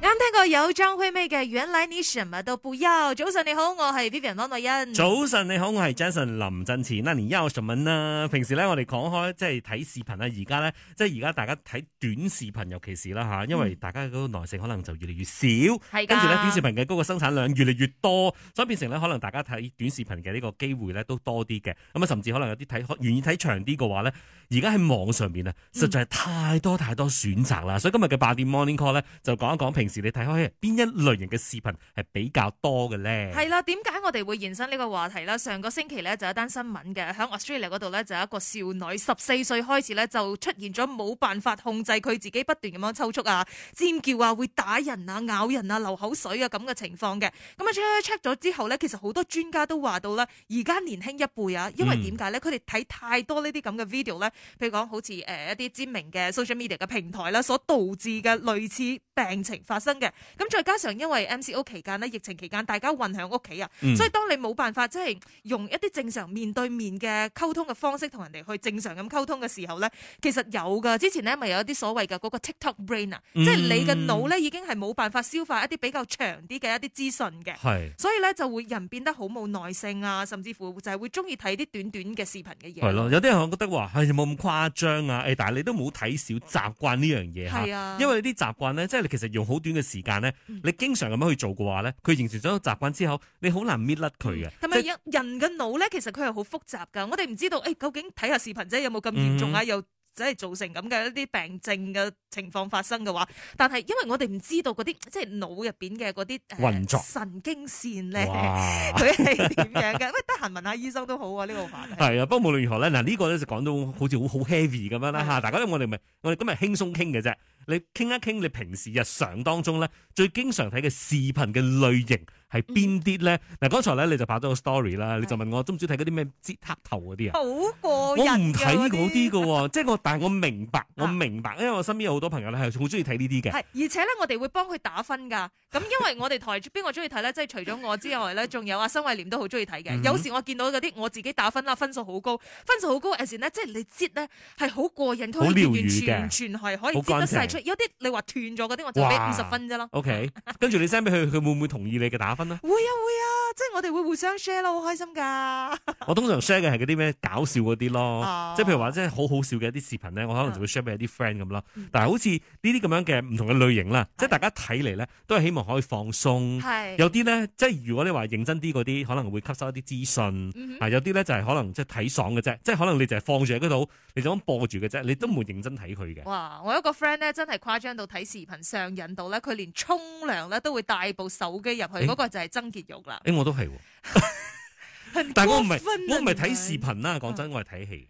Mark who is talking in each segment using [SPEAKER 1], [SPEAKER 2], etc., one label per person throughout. [SPEAKER 1] 聽過有張輝咩嘅《原來你什麼都不要》。早晨你好，我係 Vivian 安諾欣。
[SPEAKER 2] 早晨，你好，我係 Jason 林振前。那年休什麼呢？平時咧，我哋講開即係睇視頻啊，而家咧即係而家大家睇短視頻，尤其是啦吓，因為大家嗰個耐性可能就越嚟越少，
[SPEAKER 1] 嗯係
[SPEAKER 2] 跟住咧短視頻嘅嗰個生產量越嚟越多，所以變成咧可能大家睇短視頻嘅呢個機會咧都多啲嘅。咁啊，甚至可能有啲睇願意睇長啲嘅話咧，而家喺網上面啊，實在係太多太多選擇
[SPEAKER 1] 嗯
[SPEAKER 2] 啦。所以今日嘅八點 Morning Call 咧，就講一講平時你睇開邊一類型嘅視頻係比較多嘅咧。
[SPEAKER 1] 係啦，點解我哋會延伸呢個話題啦？上個星期咧就有一單新聞嘅，喺 Australia 嗰度咧就有一個少女十四歲開始咧就出現咗冇辦法控制佢自己不斷咁樣抽搐啊、尖叫啊、會打人啊、咬人啊、流口水啊咁嘅情況嘅。咁啊 check check 咗之後咧，其實好多專家都話到啦，而家年輕一輩啊，因為點解咧？佢哋睇太多呢啲咁嘅 video 咧，譬如講好似誒、呃一啲知名嘅 social media 嘅平台啦，所導致嘅類似病情發生嘅。咁再加上因為 MCO 期間咧，疫情期間大家混響屋企啊，
[SPEAKER 2] 嗯
[SPEAKER 1] 所以當你冇辦法即係用一啲正常面對面嘅溝通嘅方式同人哋去正常咁溝通嘅時候咧，其實有噶。之前咧咪有一啲所謂嘅嗰個 TikTok brain 啊，
[SPEAKER 2] 嗯
[SPEAKER 1] 即係你嘅腦咧已經係冇辦法消化一啲比較長啲嘅一啲資訊嘅。
[SPEAKER 2] 係。
[SPEAKER 1] 所以咧就會人變得好冇耐性啊，甚至乎就係會中意睇啲短短嘅視頻嘅嘢。
[SPEAKER 2] 係咯，有啲人我覺得話，唉，有冇咁誇張啊？誒，但係你都冇睇少習慣呢樣嘢嚇
[SPEAKER 1] 係，啊，
[SPEAKER 2] 因為啲習慣咧，即係你其實用好短嘅時間咧，
[SPEAKER 1] 嗯
[SPEAKER 2] 你經常咁樣去做嘅話咧，佢形成咗個習慣之後，你好難搣甩佢嘅。啊
[SPEAKER 1] 同埋
[SPEAKER 2] 即係
[SPEAKER 1] 人人嘅腦咧，其實佢係好複雜噶。我哋唔知道，誒、究竟睇下視頻啫，有冇咁嚴重啊？
[SPEAKER 2] 嗯
[SPEAKER 1] 又即係造成咁嘅一啲病症嘅情況發生嘅話，但係因為我哋唔知道嗰啲即係腦入邊嘅嗰啲誒
[SPEAKER 2] 運作
[SPEAKER 1] 神經線咧，
[SPEAKER 2] 哇！
[SPEAKER 1] 佢係點樣嘅？喂，得閒問下醫生都好啊，呢、個話題。
[SPEAKER 2] 係啊，不過無論如何咧，嗱呢個咧就講到好似好好 heavy 咁樣啦
[SPEAKER 1] 係
[SPEAKER 2] 嚇，大家咧我哋咪我哋今日輕鬆傾嘅啫，你傾一傾你平時日常當中咧最經常睇嘅視頻嘅類型係邊啲咧？嗱剛才咧你就拍咗個 story 啦，你就問我中唔中意睇嗰啲咩擠黑頭嗰啲啊？
[SPEAKER 1] 好過
[SPEAKER 2] 我
[SPEAKER 1] 人
[SPEAKER 2] 唔
[SPEAKER 1] 㗎
[SPEAKER 2] 睇嗰啲嘅
[SPEAKER 1] 啲。 啊
[SPEAKER 2] 喎，即係我，但係我明白，我明白，因為我身邊有好多朋友咧係好中意睇呢啲嘅。
[SPEAKER 1] 係，而且咧，我哋會幫佢打分㗎。咁因為我哋台邊個中意睇咧，即係除咗我之外咧，仲有阿新慧廉都好中意睇嘅。
[SPEAKER 2] 嗯哼
[SPEAKER 1] 有時我見到嗰啲我自己打分啦，分數好高，分數好高有時咧，即係你擠咧係好過癮，佢
[SPEAKER 2] 好療
[SPEAKER 1] 完
[SPEAKER 2] 愈嘅
[SPEAKER 1] 完全全係可以擠
[SPEAKER 2] 好乾
[SPEAKER 1] 得
[SPEAKER 2] 淨
[SPEAKER 1] 晒出。有啲你話斷咗嗰啲，我就俾
[SPEAKER 2] 哇
[SPEAKER 1] 五十分啫咯。
[SPEAKER 2] OK，跟住你 send 俾佢，佢會唔會同意你嘅打分 呢？
[SPEAKER 1] 會啊會啊，即係我哋會互相 share 咯，好開心㗎。
[SPEAKER 2] 我通常 share 嘅係嗰啲咩搞笑嗰啲咯
[SPEAKER 1] 哦，
[SPEAKER 2] 即係譬如話即係好好笑嘅一啲視頻咧，我可能就會 share 俾一啲 friend 咁啦
[SPEAKER 1] 嗯。
[SPEAKER 2] 但係好似呢啲咁樣嘅唔同嘅類型啦，即係
[SPEAKER 1] 係
[SPEAKER 2] 大家睇嚟咧都係希望可以放鬆。
[SPEAKER 1] 係。
[SPEAKER 2] 有啲咧，即係如果你話認真啲嗰啲，可能會吸收一啲資訊。
[SPEAKER 1] 嗯哼
[SPEAKER 2] 啊，有啲咧就係可能即係睇爽嘅啫，即係可能你就係放住喺嗰度，你就咁播住嘅啫，你都唔會認真睇佢嘅。
[SPEAKER 1] 哇！我有一個 friend 咧，真係誇張到睇視頻上癮到咧，佢連沖涼咧都會帶部手機入去，嗰、
[SPEAKER 2] 誒
[SPEAKER 1] 個就係曾潔玉啦。
[SPEAKER 2] 誒、我都係喎，但係我唔係
[SPEAKER 1] 過分啊啊
[SPEAKER 2] 我唔係睇
[SPEAKER 1] 你
[SPEAKER 2] 視頻啦，講真，我係 睇戲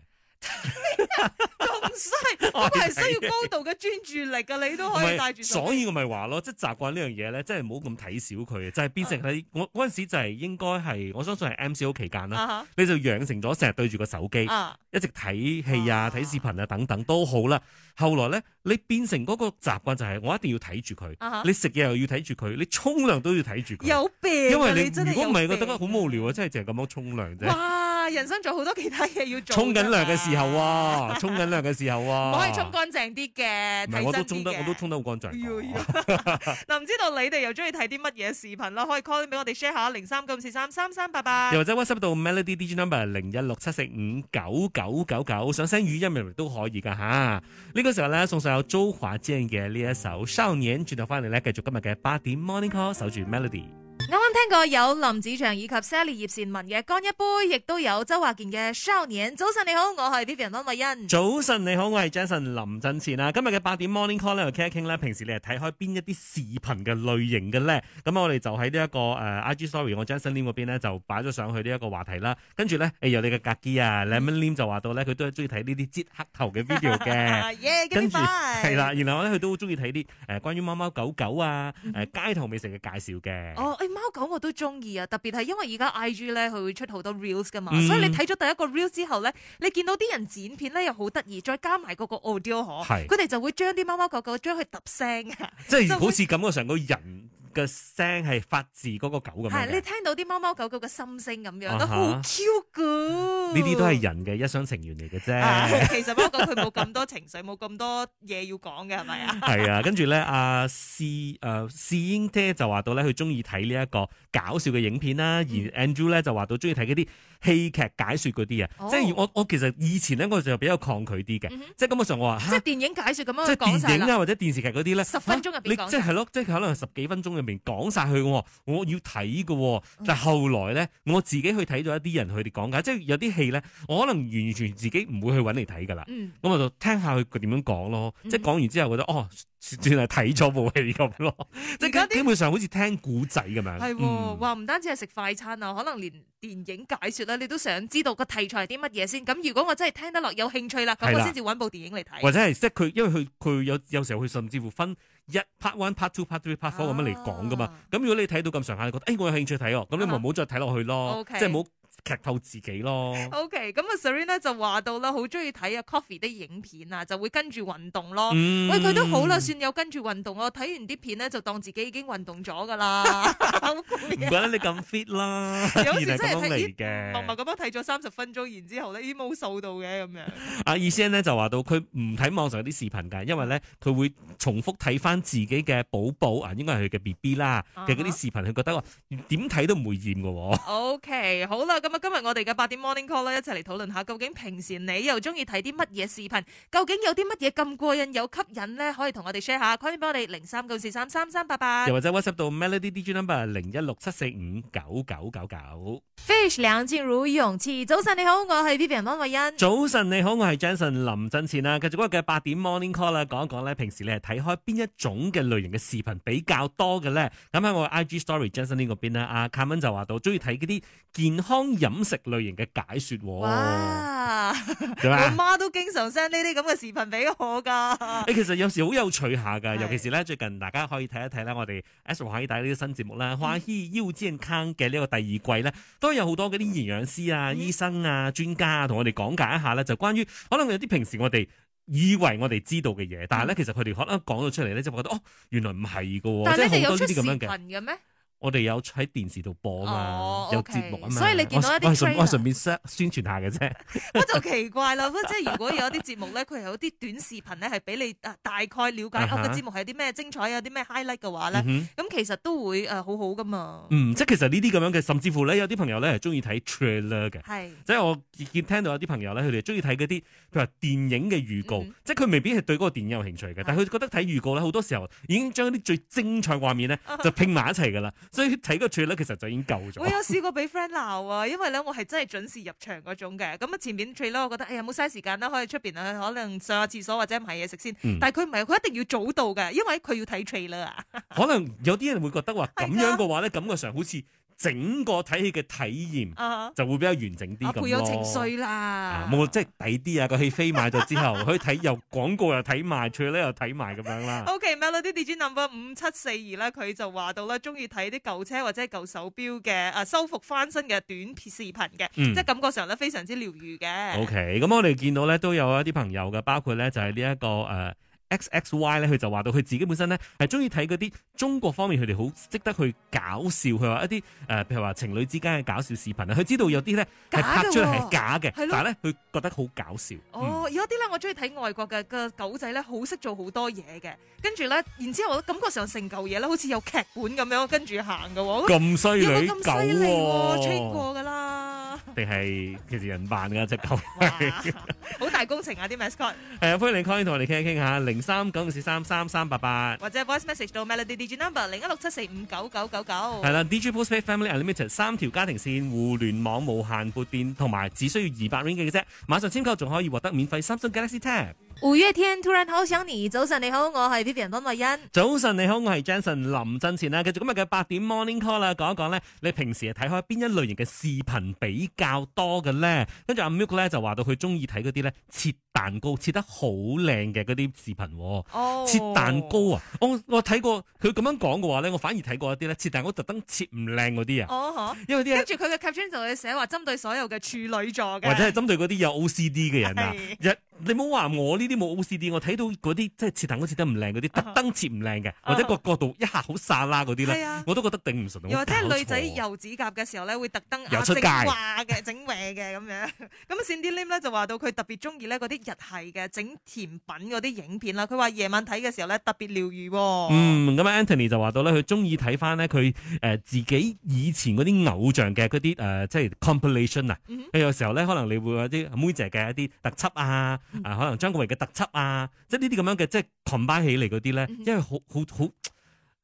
[SPEAKER 1] 咁犀利， 嗰
[SPEAKER 2] 我係
[SPEAKER 1] 個
[SPEAKER 2] 睇
[SPEAKER 1] 係需要高度嘅專注力噶，你都可以帶
[SPEAKER 2] 嘅，
[SPEAKER 1] 住手
[SPEAKER 2] 唔係，
[SPEAKER 1] 機。
[SPEAKER 2] 所以我咪話咯，即係習慣呢樣嘢咧，即係唔好咁睇小佢，就係、變成係我嗰陣時就係應該係我相信係 MCO 期間啦，
[SPEAKER 1] 啊
[SPEAKER 2] 你就養成咗成日對住個手機
[SPEAKER 1] 哈，啊，
[SPEAKER 2] 一直睇戲啊、
[SPEAKER 1] 啊
[SPEAKER 2] 睇視頻啊等等都好啦。後來咧，你變成嗰個習慣就係我一定要睇住佢，
[SPEAKER 1] 啊哈
[SPEAKER 2] 你食嘢又要睇住佢，你沖涼都要睇住佢，
[SPEAKER 1] 有病啊！
[SPEAKER 2] 因為
[SPEAKER 1] 真係
[SPEAKER 2] 如
[SPEAKER 1] 有
[SPEAKER 2] 果唔係，覺得
[SPEAKER 1] 病
[SPEAKER 2] 好無聊啊，真係淨係咁樣沖涼啫。
[SPEAKER 1] 哇，人生仲有好多其他嘢要做。
[SPEAKER 2] 沖緊涼嘅時候，啊，沖緊涼嘅時候
[SPEAKER 1] 唔
[SPEAKER 2] 啊，
[SPEAKER 1] 可以沖乾淨啲嘅，
[SPEAKER 2] 唔係，我
[SPEAKER 1] 睇
[SPEAKER 2] 都
[SPEAKER 1] 真
[SPEAKER 2] 沖
[SPEAKER 1] 啲
[SPEAKER 2] 得，
[SPEAKER 1] 嘅。
[SPEAKER 2] 我都沖得好乾哦
[SPEAKER 1] 哎呦哎呦
[SPEAKER 2] 淨。
[SPEAKER 1] 嗱，唔知道你哋又中意睇啲乜嘢視頻啦？可以 call 俾我哋 share 下零三九四三三三八八
[SPEAKER 2] 又。或者 WhatsApp 到 Melody D G Number 零一六七四五九九九九，想 send 語音入嚟都可以噶吓。呢、個時候咧，送上有周華健嘅呢一首《少年》，轉頭翻嚟咧，繼續今日嘅八點 Morning Call，守住 Melody。
[SPEAKER 1] 啱啱聽過有林子祥以及 Sally 葉倩文嘅《乾一杯》，亦都有周華健嘅《少年》。早晨你好，我係 Vivian 温慧欣。
[SPEAKER 2] 早晨，你好，我係 Jason 林振前啊。今日嘅八點 Morning Call 咧，又傾一傾咧，平時你係睇開邊一啲視頻嘅類型嘅咧？咁啊我哋就喺呢一個誒、呃 IG Story，我 Jason Lim 嗰邊咧就擺咗上去呢一個話題啦。跟住咧，誒有你嘅格基啊，Lemon
[SPEAKER 1] 嗯
[SPEAKER 2] Lim 就話到咧，佢都係中意睇呢啲擠黑頭嘅 video 嘅。
[SPEAKER 1] 啊耶，
[SPEAKER 2] 跟住
[SPEAKER 1] 係
[SPEAKER 2] 係啦，然後咧佢都好中意睇啲誒關於貓貓狗狗啊、誒、街頭美食嘅介紹嘅。
[SPEAKER 1] 嗯哦，誒貓狗我都中意啊，特別係因為而家 I G 咧，佢會出好多 reels 噶嘛，
[SPEAKER 2] 嗯
[SPEAKER 1] 所以你睇咗第一個 reels 之後咧，你見到啲人剪片咧又好得意，再加埋嗰個 audio 可，
[SPEAKER 2] 係
[SPEAKER 1] 哦佢哋就會將啲貓貓狗狗將佢揼聲啊，
[SPEAKER 2] 即係
[SPEAKER 1] 就會
[SPEAKER 2] 好似感覺上個人嘅聲係發自嗰個狗咁樣
[SPEAKER 1] 係你
[SPEAKER 2] 嘅。
[SPEAKER 1] 聽到啲貓貓狗狗嘅心聲咁樣，
[SPEAKER 2] 啊
[SPEAKER 1] 都
[SPEAKER 2] 哈
[SPEAKER 1] 好 cute 噶。
[SPEAKER 2] 呢啲都係人嘅一廂情願嚟嘅
[SPEAKER 1] 啊
[SPEAKER 2] 啫。
[SPEAKER 1] 其實貓狗佢冇咁多情緒，冇咁多嘢要講嘅，係咪 啊？
[SPEAKER 2] 係啊，跟住咧，阿侍誒侍英姐就話到咧，佢中意睇呢一個搞笑嘅影片啦，而
[SPEAKER 1] 嗯
[SPEAKER 2] Andrew 咧就話到中意睇嗰啲戲劇解說嗰啲啊，
[SPEAKER 1] 哦
[SPEAKER 2] 即係我我其實以前咧我就比較抗拒啲嘅，
[SPEAKER 1] 嗯哼
[SPEAKER 2] 即係根本上我話
[SPEAKER 1] 即
[SPEAKER 2] 吓
[SPEAKER 1] 係電影解說咁樣
[SPEAKER 2] 啊即係
[SPEAKER 1] 去講晒
[SPEAKER 2] 電影
[SPEAKER 1] 啦。
[SPEAKER 2] 啊或者電視劇嗰啲咧，
[SPEAKER 1] 10分鐘入邊
[SPEAKER 2] 啊你
[SPEAKER 1] 講
[SPEAKER 2] 即係咯，即係可能十幾分鐘入面講晒佢嘅喎，我要睇嘅喎
[SPEAKER 1] 嗯。
[SPEAKER 2] 但係後來咧，我自己去睇咗一啲人佢哋講解，即係有啲戲咧，我可能完全自己唔會去揾嚟睇㗎啦。
[SPEAKER 1] 嗯，
[SPEAKER 2] 咁啊我就聽下佢佢點樣講咯，
[SPEAKER 1] 嗯
[SPEAKER 2] 即係講完之後覺得哦，算係睇咗部戲咁咯，即
[SPEAKER 1] 而家
[SPEAKER 2] 係
[SPEAKER 1] 啲
[SPEAKER 2] 基本上好似聽古仔咁樣。
[SPEAKER 1] 係喎，
[SPEAKER 2] 嗯
[SPEAKER 1] 哇！唔單止係食快餐啊，可能連電影解說咧，你都想知道個題材係啲乜嘢先。咁如果我真係聽得落有興趣啦，咁
[SPEAKER 2] 係
[SPEAKER 1] 我
[SPEAKER 2] 啦
[SPEAKER 1] 先至揾部電影嚟睇。
[SPEAKER 2] 或者係即係佢，因為佢佢有有時候佢甚至乎分一 part one、part two、part three、part four 咁樣嚟講噶嘛
[SPEAKER 1] 啊。
[SPEAKER 2] 咁如果你睇到咁上下，你覺得哎誒我有興趣睇喎，咁你咪
[SPEAKER 1] 啊
[SPEAKER 2] 唔好再睇落去咯，
[SPEAKER 1] OK
[SPEAKER 2] 即係唔好劇透自己咯。
[SPEAKER 1] O.K. 咁啊，Serena 就話到啦，好中意睇啊 Coffee 啲影片啊，就會跟住運動咯。
[SPEAKER 2] 嗯
[SPEAKER 1] 哦喂，佢都好啦，算有跟住運動。我睇完啲片咧，就當自己已經運動咗噶啦。 好
[SPEAKER 2] 唔
[SPEAKER 1] 攰
[SPEAKER 2] 怪
[SPEAKER 1] 啊！
[SPEAKER 2] 得你咁 fit 啦，
[SPEAKER 1] 有時真
[SPEAKER 2] 原來
[SPEAKER 1] 係
[SPEAKER 2] 咁樣
[SPEAKER 1] 睇
[SPEAKER 2] 嚟
[SPEAKER 1] 咦默默
[SPEAKER 2] 嘅。
[SPEAKER 1] 咁樣睇咗三十分鐘，然之後咧，咦冇掃到嘅咁樣。
[SPEAKER 2] 阿意思咧就話到佢唔睇網上啲視頻㗎，因為咧佢會重複睇翻自己嘅寶寶啊，應該係佢嘅 B B 啦嘅嗰
[SPEAKER 1] 啊哈啊
[SPEAKER 2] 啲視頻，佢覺得話點睇都唔會厭嘅喎。
[SPEAKER 1] O.K. 好啦，咁啊，今日我哋嘅八點 Morning Call 咧，一齊嚟討論下，究竟平時你又中意睇啲乜嘢視頻？究竟有啲乜嘢咁過癮、有吸引咧？可以同我哋 share 下。call in 俾我哋零三九四三三三八八
[SPEAKER 2] 又。或者 WhatsApp 到 Melody DJ number 零一六七四五九九九九。
[SPEAKER 1] Fish 梁靜茹容詞，早晨你好，我係 Vivian 温慧欣。
[SPEAKER 2] 早晨你好，我係 Jason 林振前啊啦。繼續今日嘅八點 Morning Call 啦，講一講咧，平時你係睇開邊一種嘅類型嘅視頻比較多嘅咧？咁喺我 IG Story Jason 呢個邊咧，阿 Carmen 就話到中意睇嗰啲健康飲食類型嘅解說喎，
[SPEAKER 1] 哇！
[SPEAKER 2] 對
[SPEAKER 1] 我
[SPEAKER 2] 嘛？
[SPEAKER 1] 媽都經常 send 呢啲咁嘅視頻俾我噶。
[SPEAKER 2] 哎誒，其實有時好有趣下㗎，
[SPEAKER 1] 係
[SPEAKER 2] 尤其是咧最近大家可以睇一睇咧，我哋 S 華希帶呢啲新節目
[SPEAKER 1] 嗯
[SPEAKER 2] 啦，華希腰健康嘅呢個第二季咧，都有好多嗰啲營養師啊、
[SPEAKER 1] 嗯
[SPEAKER 2] 醫生啊、專家啊，同我哋講解一下咧，就關於可能有啲平時我哋。以為我哋知道嘅嘢，但係咧，其實佢哋可能講到出嚟咧，就覺得哦，原來唔係嘅喎，
[SPEAKER 1] 嗯但
[SPEAKER 2] 即
[SPEAKER 1] 係你哋
[SPEAKER 2] 係好
[SPEAKER 1] 有
[SPEAKER 2] 多
[SPEAKER 1] 出
[SPEAKER 2] 呢啲
[SPEAKER 1] 視
[SPEAKER 2] 咁樣
[SPEAKER 1] 頻
[SPEAKER 2] 嘅。
[SPEAKER 1] 嘅咩？
[SPEAKER 2] 我哋有喺電視度播啊
[SPEAKER 1] 哦
[SPEAKER 2] 嘛，有
[SPEAKER 1] OK，
[SPEAKER 2] 節目啊嘛。
[SPEAKER 1] 所以你見到
[SPEAKER 2] 我
[SPEAKER 1] 一啲
[SPEAKER 2] 我係順
[SPEAKER 1] trailer
[SPEAKER 2] 我係順便宣宣傳下嘅啫。
[SPEAKER 1] 我就奇怪啦， 即係如果有啲節目咧，佢有啲短視頻咧，係俾你啊大概了解
[SPEAKER 2] 啊
[SPEAKER 1] 哦
[SPEAKER 2] 哈
[SPEAKER 1] 個節目係啲咩精彩，有啲咩 highlight 嘅話
[SPEAKER 2] 嗯
[SPEAKER 1] 咧，
[SPEAKER 2] 哼
[SPEAKER 1] 咁其實都會誒呃好好噶嘛。
[SPEAKER 2] 嗯，即係其實呢啲咁樣嘅，甚至乎咧有啲朋友咧係中意睇 trailer 嘅。
[SPEAKER 1] 係
[SPEAKER 2] 即係我見聽到有啲朋友咧，佢哋中意睇嗰啲譬如話電影嘅預告，
[SPEAKER 1] 嗯啊
[SPEAKER 2] 即係佢未必係對嗰個電影有興趣嘅，但係佢覺得睇預告咧，好多時候已經將啲最精彩畫面咧
[SPEAKER 1] 啊
[SPEAKER 2] 就拼埋一齊㗎啦，所以睇個 trailer 其實就已經夠
[SPEAKER 1] 我
[SPEAKER 2] 咗。
[SPEAKER 1] 有試過俾 friend 鬧啊，因為咧我係真係準時入場嗰種嘅。咁啊前面 trailer 我覺得哎呀冇嘥時間啦，可以出邊啊可能上下廁所或者買嘢食先。
[SPEAKER 2] 嗯
[SPEAKER 1] 但係佢唔係，佢一定要早到嘅，因為佢要睇 trailer 啊。
[SPEAKER 2] 可能有啲人會覺得話咁
[SPEAKER 1] 係㗎啊
[SPEAKER 2] 樣嘅話咧，感覺上好似整個睇戲嘅體驗
[SPEAKER 1] 啊
[SPEAKER 2] 就會比較完整啲
[SPEAKER 1] 啊
[SPEAKER 2] 咁
[SPEAKER 1] 配有情
[SPEAKER 2] 咯。
[SPEAKER 1] 緒啦
[SPEAKER 2] 啊，，冇即係抵啲啊！個戲飛買咗之後，可以睇又廣告又睇埋 trailer 又睇埋咁樣
[SPEAKER 1] 哦
[SPEAKER 2] 啦。
[SPEAKER 1] O.K.，Melody DJ number 五七四二咧，佢就話到啦，中意睇啲舊車或者係舊手錶嘅啊，修復翻新嘅短片視頻嘅，
[SPEAKER 2] 嗯
[SPEAKER 1] 即係感覺上咧非常之療愈嘅。
[SPEAKER 2] O K，咁我哋見到咧都有一啲朋友嘅，包括咧就係呢一個誒。X 呃 X Y 咧，佢就話到佢自己本身咧係中意睇嗰啲中國方面，佢哋好識得去搞笑。佢話一啲誒、呃譬如話情侶之間嘅搞笑視頻啊，佢知道有啲咧
[SPEAKER 1] 假
[SPEAKER 2] 係
[SPEAKER 1] 嘅
[SPEAKER 2] 拍出嚟係
[SPEAKER 1] 喎
[SPEAKER 2] 假嘅，
[SPEAKER 1] 係
[SPEAKER 2] 但
[SPEAKER 1] 咯
[SPEAKER 2] 係咧佢覺得好搞笑。嗯
[SPEAKER 1] 哦，有一啲咧，我中意睇外國嘅個狗仔咧，好識做好多嘢嘅，跟住咧，然之後感覺上成嚿嘢咧，好似有劇本咁樣跟住行嘅喎，
[SPEAKER 2] 咁衰
[SPEAKER 1] 有
[SPEAKER 2] 女
[SPEAKER 1] 冇
[SPEAKER 2] 狗
[SPEAKER 1] 咁犀利喎？吹
[SPEAKER 2] 喎，
[SPEAKER 1] 過噶啦，
[SPEAKER 2] 定係其實人扮㗎隻狗？
[SPEAKER 1] 哇， 好大工程啊！啲 mascot
[SPEAKER 2] 誒，歡迎你 call in 同我哋傾一傾下，零三九五四三三三八八。
[SPEAKER 1] 或者 voice message 到 Melody DJ number 零一六七四五九九九九
[SPEAKER 2] 係。啦，DJ Postpaid Family Unlimited 三條家庭線互聯網無限撥電，同埋只需要二百 ring 嘅啫。馬上簽購仲可以獲得免費 Samsung Galaxy Tab。
[SPEAKER 1] 五月天突然好想你，早晨你好，我係 Vivian 温慧欣。
[SPEAKER 2] 早晨你好，我係 Jensen 林振前啦。繼續今日嘅八點 Morning Call 啦，講一講咧，你平時啊係睇開邊一類型嘅視頻比較多嘅咧？跟住阿 Milk 咧就話到佢中意睇嗰啲咧切蛋糕切得好靚嘅嗰啲視頻喎。
[SPEAKER 1] 哦
[SPEAKER 2] 切蛋糕啊！我我睇過佢咁樣講嘅話咧，我反而睇過一啲咧切蛋糕特登切唔靚嗰啲啊，
[SPEAKER 1] 哦
[SPEAKER 2] 因為啲
[SPEAKER 1] 嗬，
[SPEAKER 2] 人
[SPEAKER 1] 跟住佢嘅 caption 就會寫話針對所有嘅處女座嘅，
[SPEAKER 2] 或者係針對嗰啲有 OCD 嘅人啊，
[SPEAKER 1] 係
[SPEAKER 2] 一你唔好話我呢啲冇 OCD，我睇到嗰啲即係切蛋糕切得唔靚嗰啲，
[SPEAKER 1] 啊哈啊
[SPEAKER 2] 特登切唔靚嘅，或者個角度一下好沙拉嗰啲
[SPEAKER 1] 係
[SPEAKER 2] 咧
[SPEAKER 1] 啊，
[SPEAKER 2] 我都覺得頂唔順。
[SPEAKER 1] 又或者
[SPEAKER 2] 有冇搞
[SPEAKER 1] 係
[SPEAKER 2] 錯
[SPEAKER 1] 女仔油指甲嘅時候咧，會特登啊
[SPEAKER 2] 油出
[SPEAKER 1] 整
[SPEAKER 2] 街
[SPEAKER 1] 畫嘅、 整歪嘅咁樣。 咁啊 Cindy Lim 咧就話到佢特別中意咧嗰啲日系嘅整甜品嗰啲影片啦。佢話夜晚睇嘅時候咧特別療愈。嗯，
[SPEAKER 2] 嗯，咁啊 Anthony 就話到咧，佢中意睇翻咧佢誒自己以前嗰啲偶像嘅嗰啲誒，即係 compilation 啊。
[SPEAKER 1] 嗯
[SPEAKER 2] 有時候咧，可能你會有啲妹姐嘅一啲特輯啊，
[SPEAKER 1] 嗯
[SPEAKER 2] 啊，可能張國榮嘅特輯啊，即係呢啲咁樣嘅，即係 combine 起嚟嗰啲咧
[SPEAKER 1] 嗯哼，
[SPEAKER 2] 因為好好好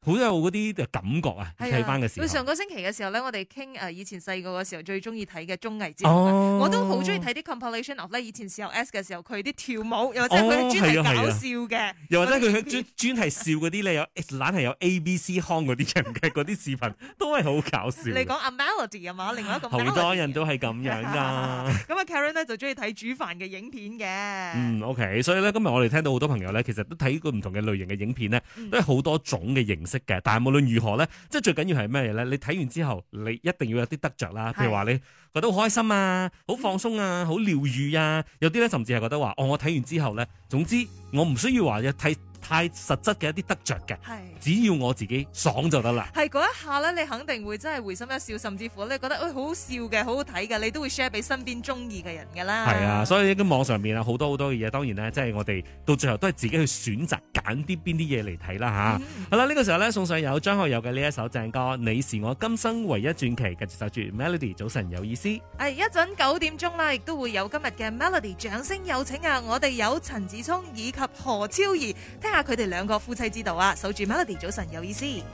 [SPEAKER 2] 好有嗰啲感覺啊，
[SPEAKER 1] 係啊
[SPEAKER 2] 睇翻嘅時
[SPEAKER 1] 佢上
[SPEAKER 2] 候。
[SPEAKER 1] 個星期嘅時候咧，我哋傾誒以前細個嘅時候最中意睇嘅綜藝節目
[SPEAKER 2] 哦
[SPEAKER 1] 啊。我都好中意。睇啲 compilation of 咧，以前時候 S 嘅時候佢啲跳舞，又或者佢係專係
[SPEAKER 2] 哦係啊
[SPEAKER 1] 搞
[SPEAKER 2] 係啊
[SPEAKER 1] 笑嘅，
[SPEAKER 2] 又或者佢
[SPEAKER 1] 嗰啲
[SPEAKER 2] 專專係笑嗰啲咧，有懶係有 A B C 腔嗰啲人嘅嗰啲視頻，都係好搞笑
[SPEAKER 1] 你
[SPEAKER 2] 嘅。
[SPEAKER 1] 講阿 Melody 啊嘛，另外一個
[SPEAKER 2] 好多人
[SPEAKER 1] Melody
[SPEAKER 2] 都係咁樣
[SPEAKER 1] 咁
[SPEAKER 2] 噶。
[SPEAKER 1] 啊 Karen 咧就中意睇煮飯嘅影片嘅。
[SPEAKER 2] 嗯，OK，所以咧今日我哋聽到好多朋友咧，其實都睇過唔同嘅類型嘅影片咧
[SPEAKER 1] 嗯，
[SPEAKER 2] 都係好多種嘅形式嘅。但係無論如何咧，即係最緊要係咩嘢咧？你睇完之後，你一定要有啲得着
[SPEAKER 1] 係
[SPEAKER 2] 啦。
[SPEAKER 1] 嗯
[SPEAKER 2] 譬如話你覺得好開心啊，好放鬆啊，好療愈啊。有啲咧甚至係覺得話，哦，我睇完之後咧，總之我唔需要話有睇太實質嘅一啲得着嘅，
[SPEAKER 1] 係。
[SPEAKER 2] 只要我自己爽就得啦。
[SPEAKER 1] 係嗰一下咧，你肯定會真係會心一笑，甚至乎你覺得哎誒好好笑嘅、好好睇嘅，你都會 share 俾身邊中意嘅人㗎啦。
[SPEAKER 2] 係啊，所以喺網上面啊，好多好多嘅嘢，當然咧，即係我哋到最後都係自己去選擇揀啲邊啲嘢嚟睇啦吓。
[SPEAKER 1] 嗯
[SPEAKER 2] 好啦，呢、個時候咧送上有張學友嘅呢一首正歌《你是我今生唯一傳奇》，繼續守住 Melody，早晨有意思。
[SPEAKER 1] 誒一陣九點鐘啦，亦都會有今日嘅 Melody 掌聲有請啊！我哋有陳子聰以及何超儀，聽下佢哋兩個夫妻之道啊！守住 Melody 早晨有意思。